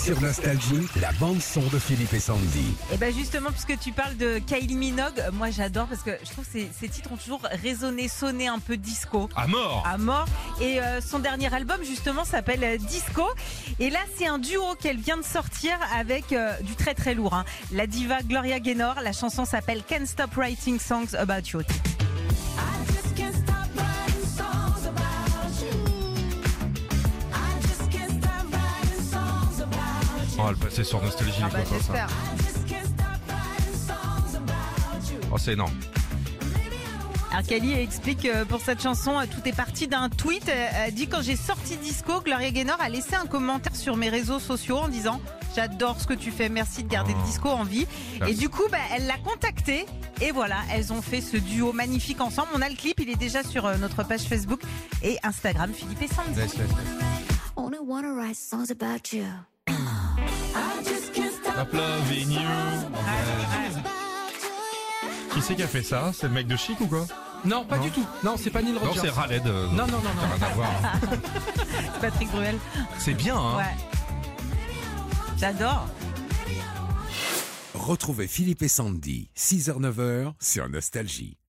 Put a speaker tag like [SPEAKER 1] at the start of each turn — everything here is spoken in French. [SPEAKER 1] Sur Nostalgie, la bande-son de Philippe et Sandy.
[SPEAKER 2] Et ben justement, puisque tu parles de Kylie Minogue, moi j'adore parce que je trouve que ces, ces titres ont toujours résonné, sonné un peu disco
[SPEAKER 3] À mort
[SPEAKER 2] à mort. Et euh, son dernier album justement s'appelle euh, Disco. Et là, c'est un duo qu'elle vient de sortir avec euh, du très très lourd. hein. La diva Gloria Gaynor, la chanson s'appelle Can't Stop Writing Songs Oh, bah, About You.
[SPEAKER 4] I just can't stop writing songs about you. I just can't stop writing songs about you.
[SPEAKER 3] On va Oh, le passer sur Nostalgie,
[SPEAKER 2] Ah,
[SPEAKER 3] les
[SPEAKER 2] bah,
[SPEAKER 3] copains.
[SPEAKER 4] I just can't stop writing songs about you.
[SPEAKER 3] Oh, c'est énorme.
[SPEAKER 4] Maybe I don't want
[SPEAKER 2] Alors Kelly explique euh, pour cette chanson, euh, tout est parti d'un tweet. Euh, Elle dit quand j'ai sorti Disco, Gloria Gaynor a laissé un commentaire sur mes réseaux sociaux en disant j'adore ce que tu fais, merci de garder
[SPEAKER 3] Oh.
[SPEAKER 2] le disco en vie. Et
[SPEAKER 3] Classe.
[SPEAKER 2] du coup, bah, elle l'a contacté et voilà, elles ont fait ce duo magnifique ensemble. On a le clip, il est déjà sur euh, notre page Facebook et Instagram Philippe et Sandy.
[SPEAKER 5] Only wanna write songs about you.
[SPEAKER 4] I just can't stop
[SPEAKER 3] Up Love in You. Qui c'est qui a fait ça C'est le mec de Chic ou quoi
[SPEAKER 6] Non, pas
[SPEAKER 3] Non.
[SPEAKER 6] du tout. Non, c'est pas Neil
[SPEAKER 3] Non,
[SPEAKER 6] Rogers.
[SPEAKER 3] c'est Raled. euh,
[SPEAKER 6] non, non, non, non.
[SPEAKER 3] Rien à voir. hein.
[SPEAKER 2] Patrick Bruel.
[SPEAKER 3] C'est bien, hein
[SPEAKER 2] Ouais. J'adore.
[SPEAKER 1] Retrouvez Philippe et Sandy, 6h-9h, sur Nostalgie.